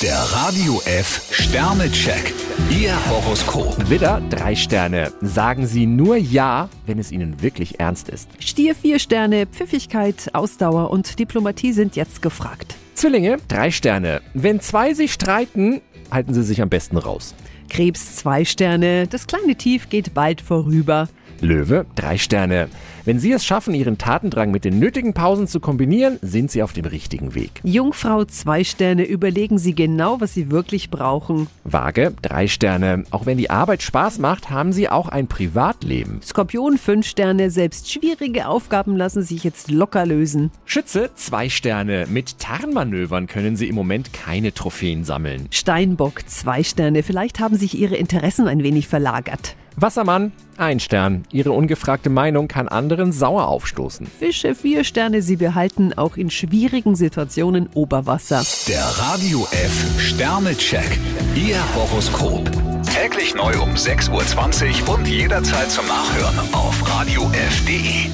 Der Radio F Sternecheck. Ihr Horoskop. Widder, drei Sterne. Sagen Sie nur Ja, wenn es Ihnen wirklich ernst ist. Stier vier Sterne, Pfiffigkeit, Ausdauer und Diplomatie sind jetzt gefragt. Zwillinge, drei Sterne. Wenn zwei sich streiten, halten Sie sich am besten raus. Krebs zwei Sterne, das kleine Tief geht bald vorüber. Löwe, drei Sterne. Wenn Sie es schaffen, Ihren Tatendrang mit den nötigen Pausen zu kombinieren, sind Sie auf dem richtigen Weg. Jungfrau zwei Sterne, überlegen Sie genau, was Sie wirklich brauchen. Waage, drei Sterne. Auch wenn die Arbeit Spaß macht, haben Sie auch ein Privatleben. Skorpion fünf Sterne, selbst schwierige Aufgaben lassen sich jetzt locker lösen. Schütze, zwei Sterne. Mit Tarnmanövern können Sie im Moment keine Trophäen sammeln. Steinbock zwei Sterne, vielleicht haben sich Ihre Interessen ein wenig verlagert. Wassermann, ein Stern. Ihre ungefragte Meinung kann anderen sauer aufstoßen. Fische vier Sterne, Sie behalten auch in schwierigen Situationen Oberwasser. Der Radio F Sternecheck. Ihr Horoskop. Täglich neu um 6.20 Uhr und jederzeit zum Nachhören auf Radio radiof.de.